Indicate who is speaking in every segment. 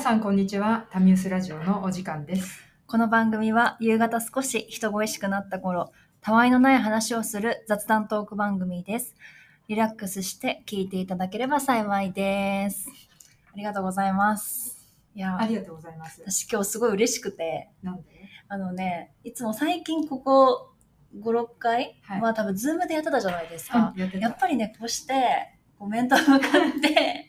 Speaker 1: さんこんにちはタミウスラジオのお時間です
Speaker 2: この番組は夕方少し人恋しくなった頃、たわいのない話をする雑談トーク番組です。リラックスして聞いていただければ幸いです。ありがとうございます。いや
Speaker 1: あ
Speaker 2: ー、
Speaker 1: りがとうございます
Speaker 2: 私今日すごい嬉しくて、
Speaker 1: なんで
Speaker 2: あのね、いつも最近ここ5、6回
Speaker 1: はい
Speaker 2: は多分ズームでやってたじゃないですか。
Speaker 1: あやって
Speaker 2: や
Speaker 1: た
Speaker 2: っぱりね、こうして、こう面と向かって、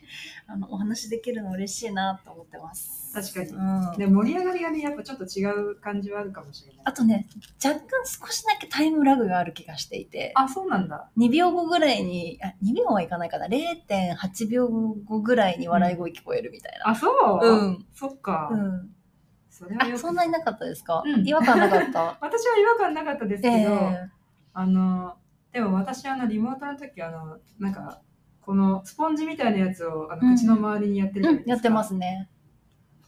Speaker 2: あの、お話しできるの嬉しいなと思ってます。
Speaker 1: 確かに
Speaker 2: うん。
Speaker 1: で盛り上がりがねやっぱちょっと違う感じはあるかもしれない
Speaker 2: あとね、若干少しだけタイムラグがある気がしていて、
Speaker 1: あそうなんだ
Speaker 2: 2秒後ぐらいに、あ、2秒はいかないかな、0.8秒後ぐらいに笑い声聞こえるみたいな。
Speaker 1: あそう、
Speaker 2: うん。
Speaker 1: そっか、
Speaker 2: うん。
Speaker 1: それはよ
Speaker 2: あ、
Speaker 1: く
Speaker 2: そんなになかったですか、
Speaker 1: うん
Speaker 2: 違和感なかった。
Speaker 1: 私は違和感なかった ですけ
Speaker 2: え
Speaker 1: ど、
Speaker 2: え
Speaker 1: あのでも私あのリモートの時あのなんかこのスポンジみたいなやつをあの
Speaker 2: うん
Speaker 1: 口の周りにやってるじゃ
Speaker 2: う
Speaker 1: ないで、す
Speaker 2: ん
Speaker 1: か、
Speaker 2: やってますね。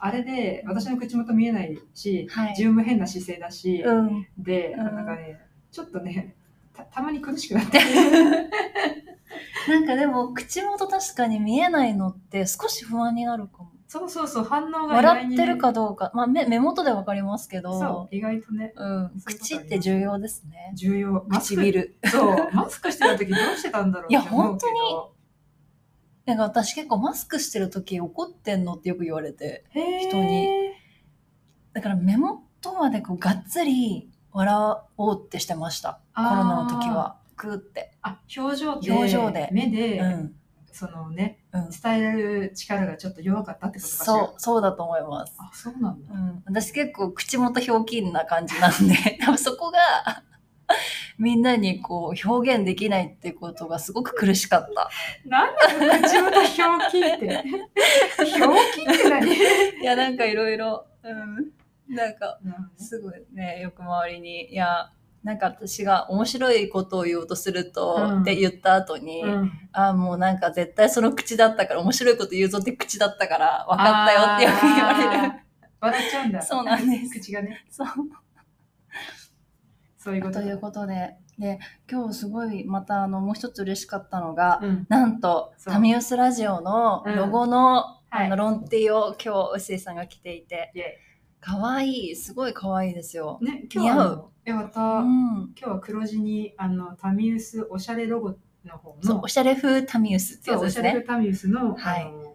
Speaker 1: あれで私の口元見えないし、
Speaker 2: はい
Speaker 1: 自分も変な姿勢だし、
Speaker 2: うん。
Speaker 1: で、
Speaker 2: うん
Speaker 1: なんかねちょっとねたたまに苦しくなって
Speaker 2: なんかでも、口元確かに見えないのって少し不安になるかも。
Speaker 1: そうそうそう反応が意外
Speaker 2: 笑
Speaker 1: に、ね、
Speaker 2: ってるかどうか、まあ目目元でわかりますけ
Speaker 1: そ
Speaker 2: ど、
Speaker 1: う意外とね
Speaker 2: うん、
Speaker 1: そういうことあります
Speaker 2: 口って重要ですね。
Speaker 1: 重要マスク
Speaker 2: 唇。
Speaker 1: そう マスクしてた時どうしてたんだろう
Speaker 2: いや
Speaker 1: って思うけど
Speaker 2: なんか私結構マスクしてる時怒ってんのってよく言われて。
Speaker 1: へー
Speaker 2: 人にだから目元までこうがっつり笑おうってしてました。コ
Speaker 1: あー
Speaker 2: ロナの時は。グーって。
Speaker 1: あ表情で
Speaker 2: 表情で
Speaker 1: 目で、
Speaker 2: うん。
Speaker 1: そのね
Speaker 2: うん。
Speaker 1: 伝える力がちょっと弱かったってことかしら
Speaker 2: そう、そうだと思います。
Speaker 1: あそうなんだ
Speaker 2: うん。私結構口元ひょうきんな感じなんで、 多分そこが、 みんなにこう表現できないってことがすごく苦しかった。
Speaker 1: なんだろう口元ひょうきんって ひょうきんって何
Speaker 2: いや、なんかいろいろ、うん。なんか、すごいね、よく周りに、いや、なんか私が面白いことを言おうとすると、
Speaker 1: うん
Speaker 2: って言った後に、
Speaker 1: うん
Speaker 2: あもうなんか絶対その口だったから、面白いこと言うぞって口だったから、分かったよってよく言われる。
Speaker 1: る笑っちゃうんだ
Speaker 2: そうなんです
Speaker 1: 口がね
Speaker 2: そう。
Speaker 1: そういうこと
Speaker 2: ということで、で、今日すごいまたあの、もう一つ嬉しかったのが、
Speaker 1: うん
Speaker 2: なんと、
Speaker 1: そう
Speaker 2: タミウスラジオのロゴの、
Speaker 1: うんはい
Speaker 2: あの、ロンティを今日、臼井さんが着ていて
Speaker 1: イエ、
Speaker 2: 可愛いすごい可愛いですよ。
Speaker 1: ね今日はあのえまた、
Speaker 2: う
Speaker 1: 今
Speaker 2: ん。
Speaker 1: 日は黒地にあのタミウスおしゃれロゴの方
Speaker 2: そう、
Speaker 1: の
Speaker 2: おしゃれ風タミウスって
Speaker 1: そ
Speaker 2: や
Speaker 1: う
Speaker 2: つ
Speaker 1: お
Speaker 2: で
Speaker 1: し
Speaker 2: す
Speaker 1: ゃれ
Speaker 2: ね。
Speaker 1: タミウスの,、
Speaker 2: はい
Speaker 1: あの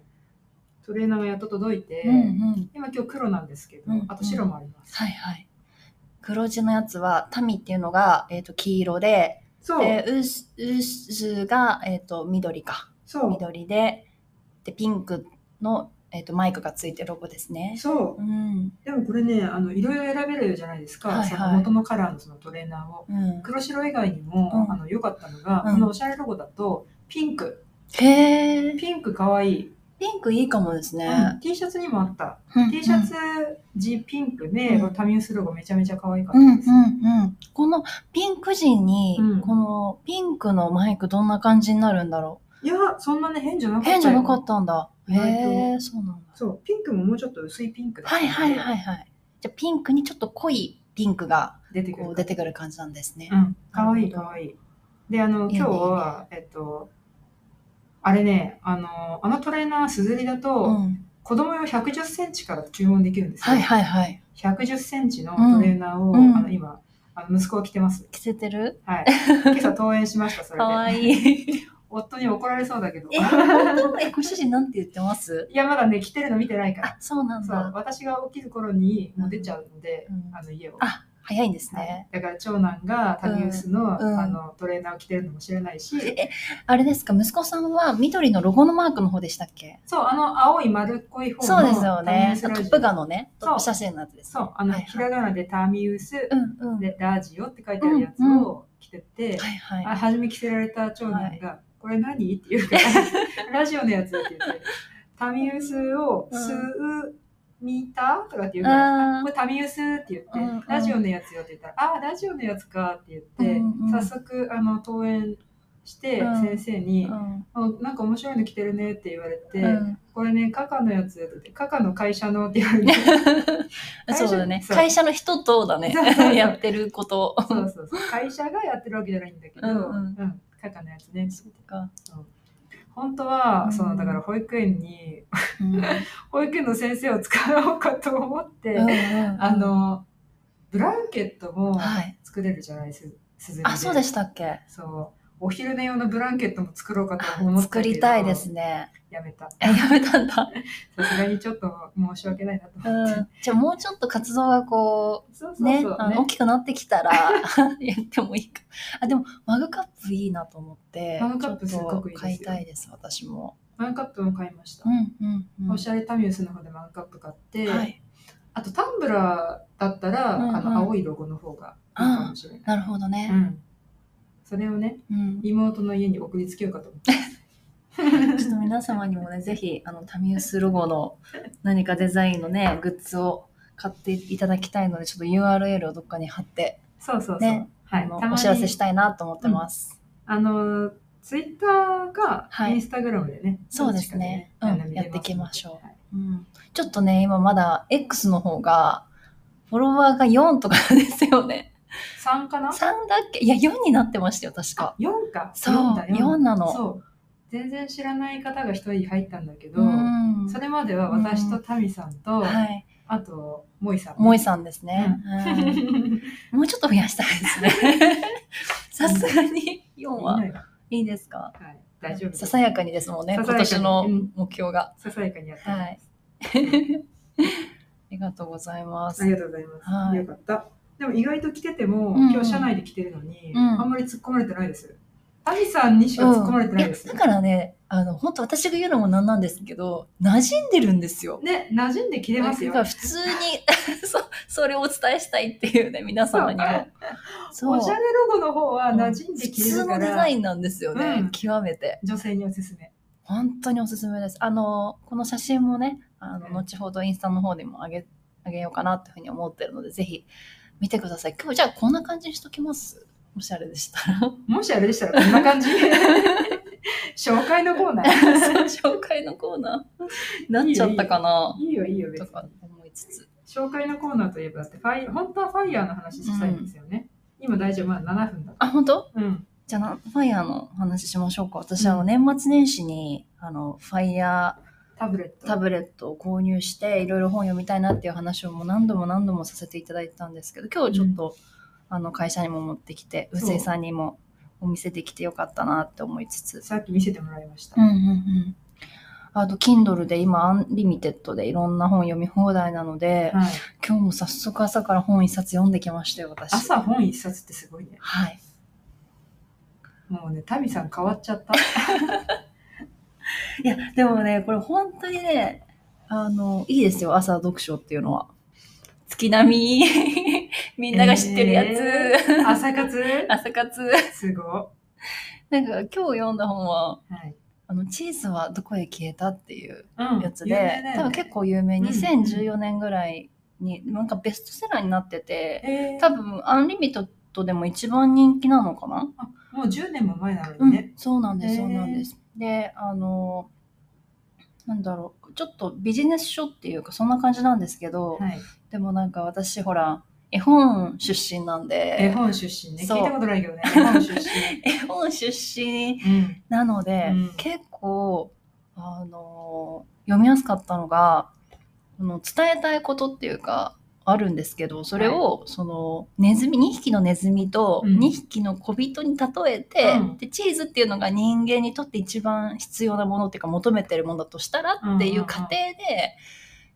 Speaker 1: トレーナーがやっと届いて、
Speaker 2: うんうん。
Speaker 1: 今今日黒なんですけど、
Speaker 2: うん
Speaker 1: あと白もあります、
Speaker 2: はいはい。黒字のやつは、タミっていうのが、えっ、と、黄色で、
Speaker 1: そう
Speaker 2: で、ウス、ウスが、えっ、と、緑か。
Speaker 1: そう
Speaker 2: 緑で、で、ピンクの、えっ、と、マイクがついてるロゴですね。
Speaker 1: そう
Speaker 2: うん。
Speaker 1: でもこれねあのいろいろ選べるじゃないですか、
Speaker 2: はいはい
Speaker 1: その元のカラーのそのトレーナーを
Speaker 2: うん。
Speaker 1: 黒白以外にも、
Speaker 2: うん
Speaker 1: あの良かったのが、
Speaker 2: うん
Speaker 1: このおしゃれロゴだとピンク
Speaker 2: へえ。
Speaker 1: ピンクかわいい、
Speaker 2: ピンクいいかもですね。
Speaker 1: うん T シャツにもあった、
Speaker 2: うん
Speaker 1: T シャツ地ピンクで、
Speaker 2: うん
Speaker 1: タミウスロゴめちゃめちゃ可愛かった
Speaker 2: うんうん
Speaker 1: です、
Speaker 2: うん。このピンク人に、
Speaker 1: うん
Speaker 2: このピンクのマイクどんな感じになるんだろ
Speaker 1: いやそんなね変じゃなか
Speaker 2: う
Speaker 1: ったよ
Speaker 2: 変じゃなかったんだ。
Speaker 1: 意
Speaker 2: へ
Speaker 1: 外と
Speaker 2: え、そうなんだ。
Speaker 1: そうピンクももうちょっと薄いピンクだったん
Speaker 2: はい
Speaker 1: で
Speaker 2: はいはいはい。じゃあピンクにちょっと濃いピンクが
Speaker 1: 出てく
Speaker 2: こ
Speaker 1: る
Speaker 2: う出てくる感じなんですね
Speaker 1: う。ん、かわいい
Speaker 2: な
Speaker 1: か
Speaker 2: るほど
Speaker 1: わいい。で、あの、
Speaker 2: いいね
Speaker 1: 今日は、えっと、あれね、あの、あのトレーナー、すずりだ
Speaker 2: う
Speaker 1: と、
Speaker 2: ん、
Speaker 1: 子供用110センチから注文できるんですよ。
Speaker 2: はいはいはい。
Speaker 1: 110センチのトレーナーを、
Speaker 2: うん
Speaker 1: あの今、あの息子が着てます。
Speaker 2: 着せてる
Speaker 1: はい。今朝登園しました、それ
Speaker 2: かわ
Speaker 1: で。
Speaker 2: いい。
Speaker 1: 夫に怒られそうだけど。
Speaker 2: え、本当え、ご主人なんて言ってま す
Speaker 1: いや、まだね、着てるの見てないから。
Speaker 2: あ、そうなん
Speaker 1: そう、
Speaker 2: だ。
Speaker 1: 私が起きる頃にもう出ちゃうので、
Speaker 2: うん
Speaker 1: あの家を。
Speaker 2: あ早いんです
Speaker 1: は
Speaker 2: ね
Speaker 1: い。だから長男がタミウスの,、
Speaker 2: うんうん
Speaker 1: あのトレーナーを着てるのも知れないし、
Speaker 2: え、あれですか、息子さんは緑のロゴのマークの方でしたっけ
Speaker 1: そう、あの青い丸っこい方の
Speaker 2: そうですよね。ト
Speaker 1: タミウスラジオ
Speaker 2: ップガンのね、
Speaker 1: そう
Speaker 2: トップ写真のやつです、ね。
Speaker 1: そう、あの、
Speaker 2: はいはい
Speaker 1: ひらがなでタミウス、
Speaker 2: うんうん。
Speaker 1: でラジオって書いてあるやつ
Speaker 2: うん
Speaker 1: を着てて、
Speaker 2: はいはい。
Speaker 1: あ初め着せられた長男が、これ何って言うから、 ラジオのやつって言って、タミウスを
Speaker 2: うん
Speaker 1: すうみたとかって言うから、
Speaker 2: あ
Speaker 1: これタミウスって言って、
Speaker 2: うんうん
Speaker 1: ラジオのやつよって言ったら、ああ、ラジオのやつかって言って、
Speaker 2: うんうん
Speaker 1: 早速、あの、登園して、
Speaker 2: うん
Speaker 1: 先生に、
Speaker 2: うん
Speaker 1: あなんか面白いの着てるねって言われて、
Speaker 2: うん
Speaker 1: これね、カカのやつって、カカの会社のって言われて、 会社
Speaker 2: そうだね。
Speaker 1: そう
Speaker 2: 会社の人とだね
Speaker 1: そうそうそ。う
Speaker 2: やってること。
Speaker 1: そうそうそう、会社がやってるわけじゃないんだけど、
Speaker 2: うんうん
Speaker 1: カカのやつねって言って
Speaker 2: か
Speaker 1: 本当
Speaker 2: うん
Speaker 1: は、その、だから保育園に、
Speaker 2: うんうん
Speaker 1: 保育園の先生を使おうかと思って、
Speaker 2: うん
Speaker 1: あの、ブランケットも
Speaker 2: はい
Speaker 1: 作れるじゃないです、すずり
Speaker 2: あそうでしたっけ
Speaker 1: そう。お昼寝用のブランケットも作ろうかと思
Speaker 2: あ
Speaker 1: った
Speaker 2: 作
Speaker 1: けど
Speaker 2: りたいです。ね
Speaker 1: やめた。
Speaker 2: えやめたんだ、
Speaker 1: さすがにちょっと申し訳ないなと
Speaker 2: う
Speaker 1: 思って。
Speaker 2: ん、じゃあもうちょっと活動がこ
Speaker 1: そうそう
Speaker 2: う
Speaker 1: そう
Speaker 2: ね
Speaker 1: ね。
Speaker 2: あの大きくなってきたら やってもいいかあでもマグカップいいなと思って
Speaker 1: マグカップすごくいいですよ
Speaker 2: ちょっと買いたいです私も
Speaker 1: マンカップも買いました
Speaker 2: う。んうんうん
Speaker 1: おしゃれタミュースの方でマンカップ買って、
Speaker 2: はい
Speaker 1: あとタンブラーだったら、
Speaker 2: うんうん
Speaker 1: あの青いロゴの方がいいかもしれない。
Speaker 2: なるほど
Speaker 1: う
Speaker 2: ね、
Speaker 1: ん、それをね、
Speaker 2: うん、
Speaker 1: 妹の家に送りつけようかと思って。
Speaker 2: ちょっと皆様にもね、ぜひ、あの、タミウスロゴの何かデザインのね、グッズを買っていただきたいので、ちょっと URL をどっかに貼って、
Speaker 1: そうそうそう。
Speaker 2: ね
Speaker 1: は
Speaker 2: あ
Speaker 1: い、
Speaker 2: の
Speaker 1: たま
Speaker 2: お知らせ
Speaker 1: に
Speaker 2: したいなと思ってます。
Speaker 1: あのツイッターか
Speaker 2: はい
Speaker 1: インスタグラムでね、
Speaker 2: そうですね
Speaker 1: どっちかでね
Speaker 2: うん
Speaker 1: みんな見れ
Speaker 2: やっていきましょう
Speaker 1: はい
Speaker 2: うんちょっとね、今まだ X の方が、フォロワーが4とかですよね。
Speaker 1: 三かな？
Speaker 2: 3だっけいや、4になってましたよ、確か。
Speaker 1: 四か。
Speaker 2: そう
Speaker 1: 四だ、
Speaker 2: 4なの。う
Speaker 1: そう。全然知らない方が一人入ったんだけど、
Speaker 2: ん。
Speaker 1: それまでは私とタミさんと、
Speaker 2: はい。
Speaker 1: あとモイさん。
Speaker 2: 萌えさんですね。
Speaker 1: ん。
Speaker 2: うんもうちょっと増やしたいですね。 さすがに4は。いいですか
Speaker 1: はい、大丈夫です
Speaker 2: ささやかにですもんね、
Speaker 1: さ
Speaker 2: 今
Speaker 1: さやかに
Speaker 2: 年の目標が。
Speaker 1: ささやかにやってます、
Speaker 2: はい。 ありがとうございます
Speaker 1: あ。りがとうございます、
Speaker 2: はい
Speaker 1: よかったでも意外と来てても、
Speaker 2: うん
Speaker 1: 今日社内で来てるのに、
Speaker 2: うん
Speaker 1: あんまり突っ込まれてないですタミさんにしか突っ込まれて
Speaker 2: い
Speaker 1: ない
Speaker 2: や
Speaker 1: です、
Speaker 2: だからね、あの、本当私が言うのもなんなんですけど、馴染んでるんですよ。
Speaker 1: ね馴染んで切れますよ
Speaker 2: だから普通に そ、それをお伝えしたいっていうね、皆様にも。そう。
Speaker 1: おしゃれロゴの方は馴染んで
Speaker 2: 普
Speaker 1: 切れ
Speaker 2: 通
Speaker 1: るか
Speaker 2: のデ
Speaker 1: ら、
Speaker 2: ザインなんですよね、
Speaker 1: うん
Speaker 2: 極めて。
Speaker 1: 女性におすすめ
Speaker 2: 本当におすすめです。あの、この写真もね、あの、
Speaker 1: うん
Speaker 2: 後ほどインスタの方でもあげ、あげようかなというふうに思ってるので、ぜひ見てください。今日じゃあこんな感じにしときます。おしゃれでしたら。
Speaker 1: もしあれでしたらこんな感じ紹介のコーナー
Speaker 2: そう紹介のコーナーなっちゃったかない
Speaker 1: いよいいよ別
Speaker 2: と
Speaker 1: に
Speaker 2: か思いつつ。
Speaker 1: 紹介のコーナーといえばだってファイ本当はファイヤーの話したいんですよね、今大丈夫まだ7分だ
Speaker 2: あ、本当
Speaker 1: うん
Speaker 2: じゃあな、ファイヤーの話しましょうか。私、
Speaker 1: うん
Speaker 2: あの、年末年始に、あの、ファイヤ
Speaker 1: タブレッ
Speaker 2: ー
Speaker 1: ト。
Speaker 2: タブレットを購入して、いろいろ本読みたいなっていう話をもう何度も何度もさせていただいたんですけど、今日ちょっと、あの、会社にも持ってきて、う
Speaker 1: そう
Speaker 2: せいさんにもお見せできてよかったなって思いつつ。
Speaker 1: さっき見せてもらいました。
Speaker 2: うんうんうん。あと、Kindle で今、アンリミテッドでいろんな本読み放題なので、
Speaker 1: はい、
Speaker 2: 今日も早速朝から本一冊読んできましたよ、私。
Speaker 1: 朝本一冊ってすごいね。
Speaker 2: はい。
Speaker 1: もうね、タミさん変わっちゃった。
Speaker 2: いや、でもね、これ本当にね、あの、いいですよ、朝読書っていうのは。月並み、 みんなが知ってるやつ、
Speaker 1: えー朝活
Speaker 2: 朝活。
Speaker 1: すご。は
Speaker 2: なんか今日読んだ本は、
Speaker 1: い。
Speaker 2: あの、チーズはどこへ消えたっていう
Speaker 1: うん
Speaker 2: やつで、多分結。構有名、
Speaker 1: うん
Speaker 2: 2014年ぐらいに、なんかベストセラーになってて、
Speaker 1: えー、
Speaker 2: 多分アンリミテッドでも一番人気なのかな
Speaker 1: もう10年も前なの
Speaker 2: う
Speaker 1: にね。
Speaker 2: ん、そうなんです、
Speaker 1: へー
Speaker 2: そうなんです。で、あの、なんだろう、ちょっとビジネス書っていうか、そんな感じなんですけど、
Speaker 1: はい。
Speaker 2: でもなんか私、ほら、絵本出身なん
Speaker 1: 絵
Speaker 2: で、
Speaker 1: 本出身ね。
Speaker 2: そ
Speaker 1: 聞
Speaker 2: う
Speaker 1: いたことないけどね。絵本出 身。
Speaker 2: 絵本出身
Speaker 1: うん。
Speaker 2: なので、
Speaker 1: うん
Speaker 2: 結構、あの、読みやすかったのが、この伝えたいことっていうか、あるんですけど、それを、その、ネズミ、2匹のネズミと
Speaker 1: うん
Speaker 2: 2匹の小人に例えて、
Speaker 1: うん
Speaker 2: で、チーズっていうのが人間にとって一番必要なものっていうか、求めてるものだとしたらっていう過程で、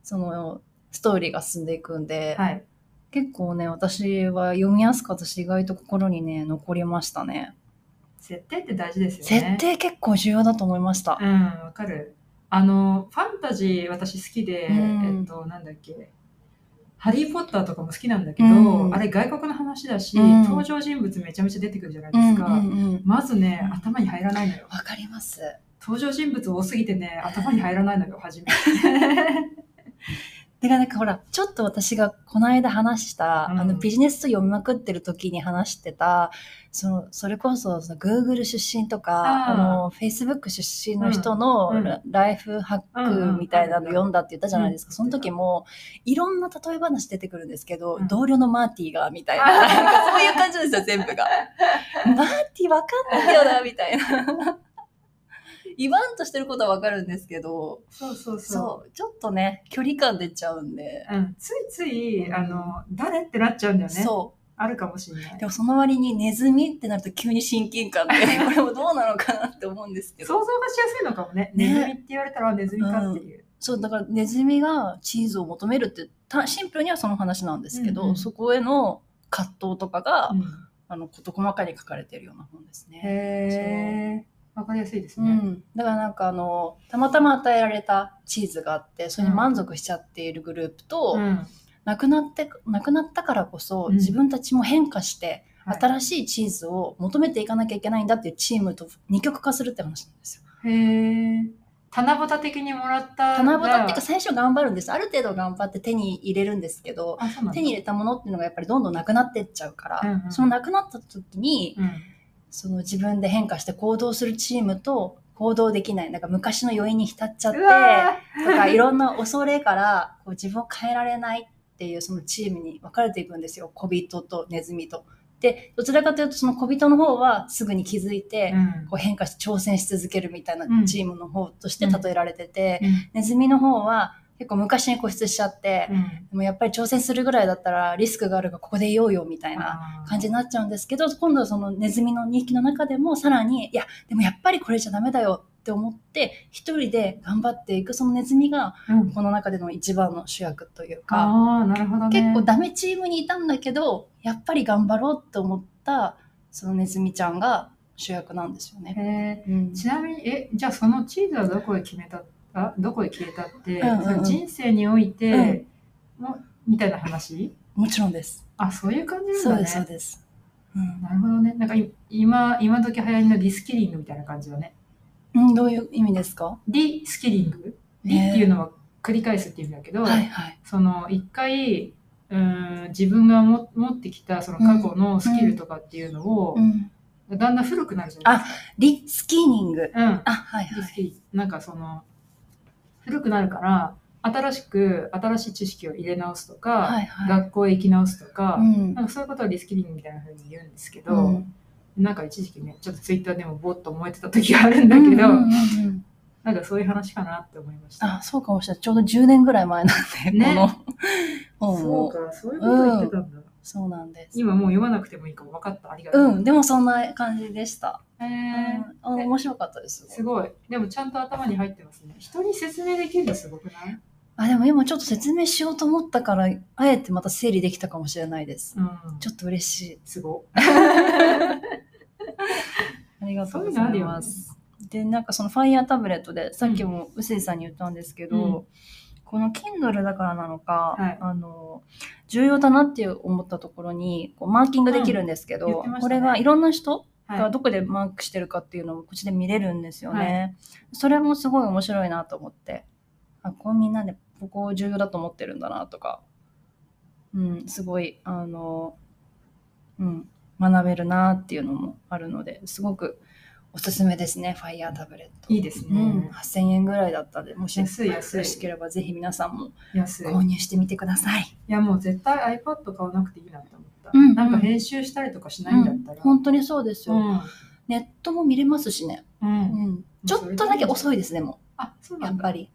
Speaker 2: その、ストーリーが進んでいくんで、
Speaker 1: はい。
Speaker 2: 結構ね、私は読みやすかったし、意外と心にね、残りましたね。
Speaker 1: 設定って大事ですよね。
Speaker 2: 設定結構重要だと思いました。
Speaker 1: うん、わかる。あの、ファンタジー私好きで、
Speaker 2: うん
Speaker 1: えっと、なんだっけ。ハリー・ポッターとかも好きなんだけど、
Speaker 2: うん
Speaker 1: あれ外国の話だし、
Speaker 2: うん
Speaker 1: 登場人物めちゃめちゃ出てくるじゃないで
Speaker 2: うん
Speaker 1: す
Speaker 2: うん
Speaker 1: か。
Speaker 2: うん
Speaker 1: まずね、頭に入らないのよ。
Speaker 2: わかります。
Speaker 1: 登場人物多すぎてね、頭に入らないのよ、 初め。
Speaker 2: だからなんかほら、ちょっと私がこの間話した、
Speaker 1: うん
Speaker 2: あのビジネスと読みまくってる時に話してた、その、それこそその Google 出身とか、
Speaker 1: あ
Speaker 2: あ
Speaker 1: ー
Speaker 2: の、Facebook 出身の人の
Speaker 1: うん
Speaker 2: ラライフハックみたいなの読んだって言ったじゃないですか。
Speaker 1: うん
Speaker 2: その時も、いろんな例え話出てくるんですけど、
Speaker 1: うん
Speaker 2: 同僚のマーティが、み たいな。
Speaker 1: あー
Speaker 2: なんかそういう 感じですよ、全部が。マーティわかんないよな、みたいな。 言わんとしてることはわかるんですけど、
Speaker 1: そうそうそう。
Speaker 2: そう、ちょっとね、距離感出ちゃうんで。
Speaker 1: うん、ついつい、あの、誰ってなっちゃうんだよね。
Speaker 2: そ
Speaker 1: あるかもしれな
Speaker 2: う。
Speaker 1: い
Speaker 2: で。もその割にネズミってなると急に親近 感で、これもどうなのかなって思うんですけ
Speaker 1: 想
Speaker 2: ど。
Speaker 1: 像がしやすいのかもね。
Speaker 2: ね
Speaker 1: ネズミって言われたらあネズミかっていう。
Speaker 2: そうだからネズミがチーズを求めるってたシンプルにはその話なんですけど、
Speaker 1: うんうん
Speaker 2: そこへの葛藤とかが、
Speaker 1: うん
Speaker 2: あの事細かに書かれてるような本ですね。
Speaker 1: へえ。わかりやすいです
Speaker 2: う
Speaker 1: ね。
Speaker 2: ん、だからなんかあのたまたま与えられたチーズがあってそれに満足しちゃっているグループと、
Speaker 1: うん
Speaker 2: なくなってなくなったからこそ、
Speaker 1: うん
Speaker 2: 自分たちも変化して、
Speaker 1: はい
Speaker 2: 新しいチーズを求めていかなきゃいけないんだっていうチームと二極化するって話なんですよ。
Speaker 1: へえ。七夕的にもらった。
Speaker 2: 七夕っていうか。最初頑張るんですある程度頑張って手に入れるんですけど、
Speaker 1: あ、そうなんだ
Speaker 2: 手に入れたものっていうのがやっぱりどんどんなくなってっちゃうから、
Speaker 1: うんうん
Speaker 2: そのなくなった時に、
Speaker 1: うん。
Speaker 2: その自分で変化して行動するチームと行動できないなんか昔の余韻に浸っちゃっ
Speaker 1: うわ
Speaker 2: て
Speaker 1: ー
Speaker 2: とかいろんな恐れからこう自分を変えられないっていうそのチームに分かれていくんですよ小人とネズミと。でどちらかというとその小人の方はすぐに気づいて、
Speaker 1: うん
Speaker 2: こう変化して挑戦し続けるみたいな
Speaker 1: うん
Speaker 2: チームの方として
Speaker 1: うん
Speaker 2: 例えられてて、
Speaker 1: うん
Speaker 2: ネズミの方は結構昔に固執しちゃって、
Speaker 1: うん
Speaker 2: でもやっぱり挑戦するぐらいだったらリスクがあるがここでいようよみたい
Speaker 1: あ
Speaker 2: な
Speaker 1: ー
Speaker 2: 感じになっちゃうんですけど今度はそのネズミの2匹の中でもさらにいやでもやっぱりこれじゃダメだよって思って一人で頑張っていくそのネズミが
Speaker 1: うん
Speaker 2: この中での一番の主役というか、
Speaker 1: あー、なるほどね。
Speaker 2: 結構ダメチームにいたんだけどやっぱり頑張ろうと思ったそのネズミちゃんが主役なんですよね。
Speaker 1: へー
Speaker 2: うん
Speaker 1: ちなみに、え、じゃあそのチーズはどこで決めたあどこで消えたって、
Speaker 2: うんうんうん
Speaker 1: その人生において、もみたいな話
Speaker 2: もちろんです。
Speaker 1: あ、そういう感じなんだね。
Speaker 2: そうですそうです。うん
Speaker 1: なるほどね。なんかい今、今時流行りのディスキリングみたいな感じだね。
Speaker 2: うん、どういう意味ですか？
Speaker 1: ディスキリングディっていうのは繰り返すっていう意味だけど、
Speaker 2: はいはい。
Speaker 1: その一回、うーん自分がも持ってきたその過去のスキルとかっていうのを、
Speaker 2: うん、
Speaker 1: だんだん古くなるじゃないです
Speaker 2: リスキーニング。
Speaker 1: か。うん。
Speaker 2: あはいは
Speaker 1: リ
Speaker 2: い。
Speaker 1: スキリなんかその古くなるから新しく新しい知識を入れ直すとか、
Speaker 2: はいはい。
Speaker 1: 学校へ行き直すとか、
Speaker 2: うん
Speaker 1: なんかそういうことをリスキリングみたいな風に言うんですけど、
Speaker 2: うん
Speaker 1: なんか一時期ねちょっとツイッターでもぼっと燃えてた時があるんだけど、
Speaker 2: うんうんうんうん
Speaker 1: なんかそういう話かなって思いました。
Speaker 2: あそうかもしれない。ちょうど10年ぐらい前なんで、
Speaker 1: ね
Speaker 2: この 本
Speaker 1: そう
Speaker 2: を。
Speaker 1: か、そういうこと言ってたんだ。
Speaker 2: そうなんです。
Speaker 1: 今もう読まなくてもいいかも分かった、ありがとう。
Speaker 2: うん、でもそんな感じでした。
Speaker 1: へー
Speaker 2: うん、面白かったです。
Speaker 1: すごい。でもちゃんと頭に入ってますね。人に説明できるのすごくない
Speaker 2: あでも今ちょっと説明しようと思ったから、あえてまた整理できたかもしれないです。
Speaker 1: うん。
Speaker 2: ちょっと嬉しい。
Speaker 1: すご
Speaker 2: ありがとう
Speaker 1: そう
Speaker 2: ござい
Speaker 1: いうのあるよ
Speaker 2: ま
Speaker 1: ね
Speaker 2: す。で、なんかそのファイヤータブレットで、さっきも臼井さんに言ったんですけど、この Kindle だからなのか、
Speaker 1: はい
Speaker 2: あの、重要だなっていう思ったところに、こうマーキングできるんですけど、
Speaker 1: うん言ってまし
Speaker 2: こ
Speaker 1: たね
Speaker 2: れがいろんな人
Speaker 1: い。
Speaker 2: がどこでマークしてるかっていうのもこっちで見れるんですよね。
Speaker 1: は
Speaker 2: それもすごい面白いなと思って。あ、こうみんなでここを重要だと思ってるんだなとか。うん、すごい、あの、うん、学べるなっていうのもあるので、すごくおすすめですね、ファイヤータブレット。
Speaker 1: いいです
Speaker 2: う
Speaker 1: ね。
Speaker 2: ん、8000円ぐらいだったので、もしよ
Speaker 1: 安い安い
Speaker 2: ろしければぜひ皆さんも
Speaker 1: 安い。
Speaker 2: 購入してみてください。
Speaker 1: いやもう絶対 iPad 買わなくていいなって思った、
Speaker 2: うん
Speaker 1: なんか編集したりとかしないんだったら、
Speaker 2: 本当にそうですよ、
Speaker 1: うん
Speaker 2: ネットも見れますしね。
Speaker 1: うん
Speaker 2: うん、ちょっとだけ遅いですね、もう。
Speaker 1: あそうな
Speaker 2: や
Speaker 1: ん
Speaker 2: っ
Speaker 1: だ
Speaker 2: ぱり。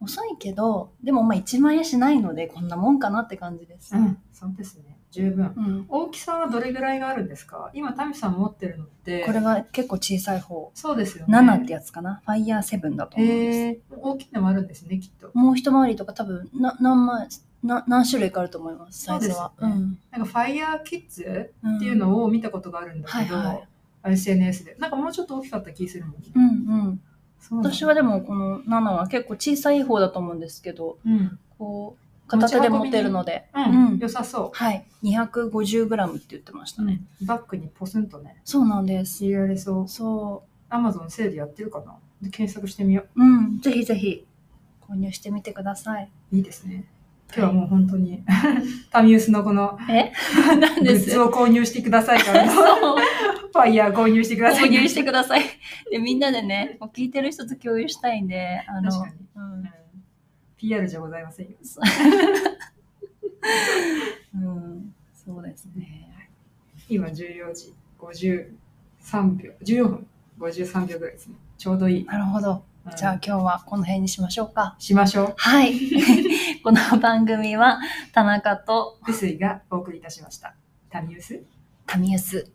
Speaker 2: 遅いけど、でもまあ1万円しないので、こんなもんかなって感じです。
Speaker 1: うんそうですね十分、
Speaker 2: うん
Speaker 1: 大きさはどれぐらいがあるんですか今タミさん持ってるのって
Speaker 2: これは結構小さい方。
Speaker 1: そうですよね
Speaker 2: 7ってやつかな。ファイヤー7だと
Speaker 1: へ
Speaker 2: 思うんです。
Speaker 1: え大きいのもあるんですねきっと
Speaker 2: もう一回りとか多分な何枚な、何種類かあると思います、サイズは。
Speaker 1: そうです
Speaker 2: ん
Speaker 1: なんかファイヤーキッズ
Speaker 2: ん
Speaker 1: っていうのを見たことがあるんだ
Speaker 2: はい
Speaker 1: けど、
Speaker 2: はい。
Speaker 1: SNS でなんかもうちょっと大きかった気するもんね、
Speaker 2: うんうん。
Speaker 1: そうなんだ
Speaker 2: 私はでもこの7は結構小さい方だと思うんですけど、
Speaker 1: うん、
Speaker 2: こう、片手で持てるので。
Speaker 1: うん
Speaker 2: うん
Speaker 1: 良さそ
Speaker 2: はい。250g って言ってました
Speaker 1: う、
Speaker 2: ね。
Speaker 1: バッグにポスンとね
Speaker 2: そうなんです。
Speaker 1: 入れられそう
Speaker 2: そう。
Speaker 1: アマゾンセールやってるかなで検索してみよ
Speaker 2: うん、ぜひぜひ購入してみてください。
Speaker 1: う。いいですね。今日はもう本当に、 タミウスのこの
Speaker 2: え なん
Speaker 1: グ
Speaker 2: で
Speaker 1: ッ
Speaker 2: す
Speaker 1: ズを購入してくださいから、 フ
Speaker 2: そう
Speaker 1: ァイヤー購入してくださ
Speaker 2: 購
Speaker 1: い。
Speaker 2: 入してくだ さい。で、みんなでね、こう聞いてる人と共有したいんで、あの、
Speaker 1: 確かに。
Speaker 2: うん
Speaker 1: うん PR じゃございませんよ。
Speaker 2: うん、そうですね。
Speaker 1: 今14時53秒、14分。 53秒ぐらいですね。ちょうどいい。
Speaker 2: なるほど。
Speaker 1: うん
Speaker 2: じゃあ今日はこの辺にしましょうか。
Speaker 1: しましょ
Speaker 2: はい。 この番組は田中と
Speaker 1: う。薄井がお送りいたしました。タミウス
Speaker 2: タミユス。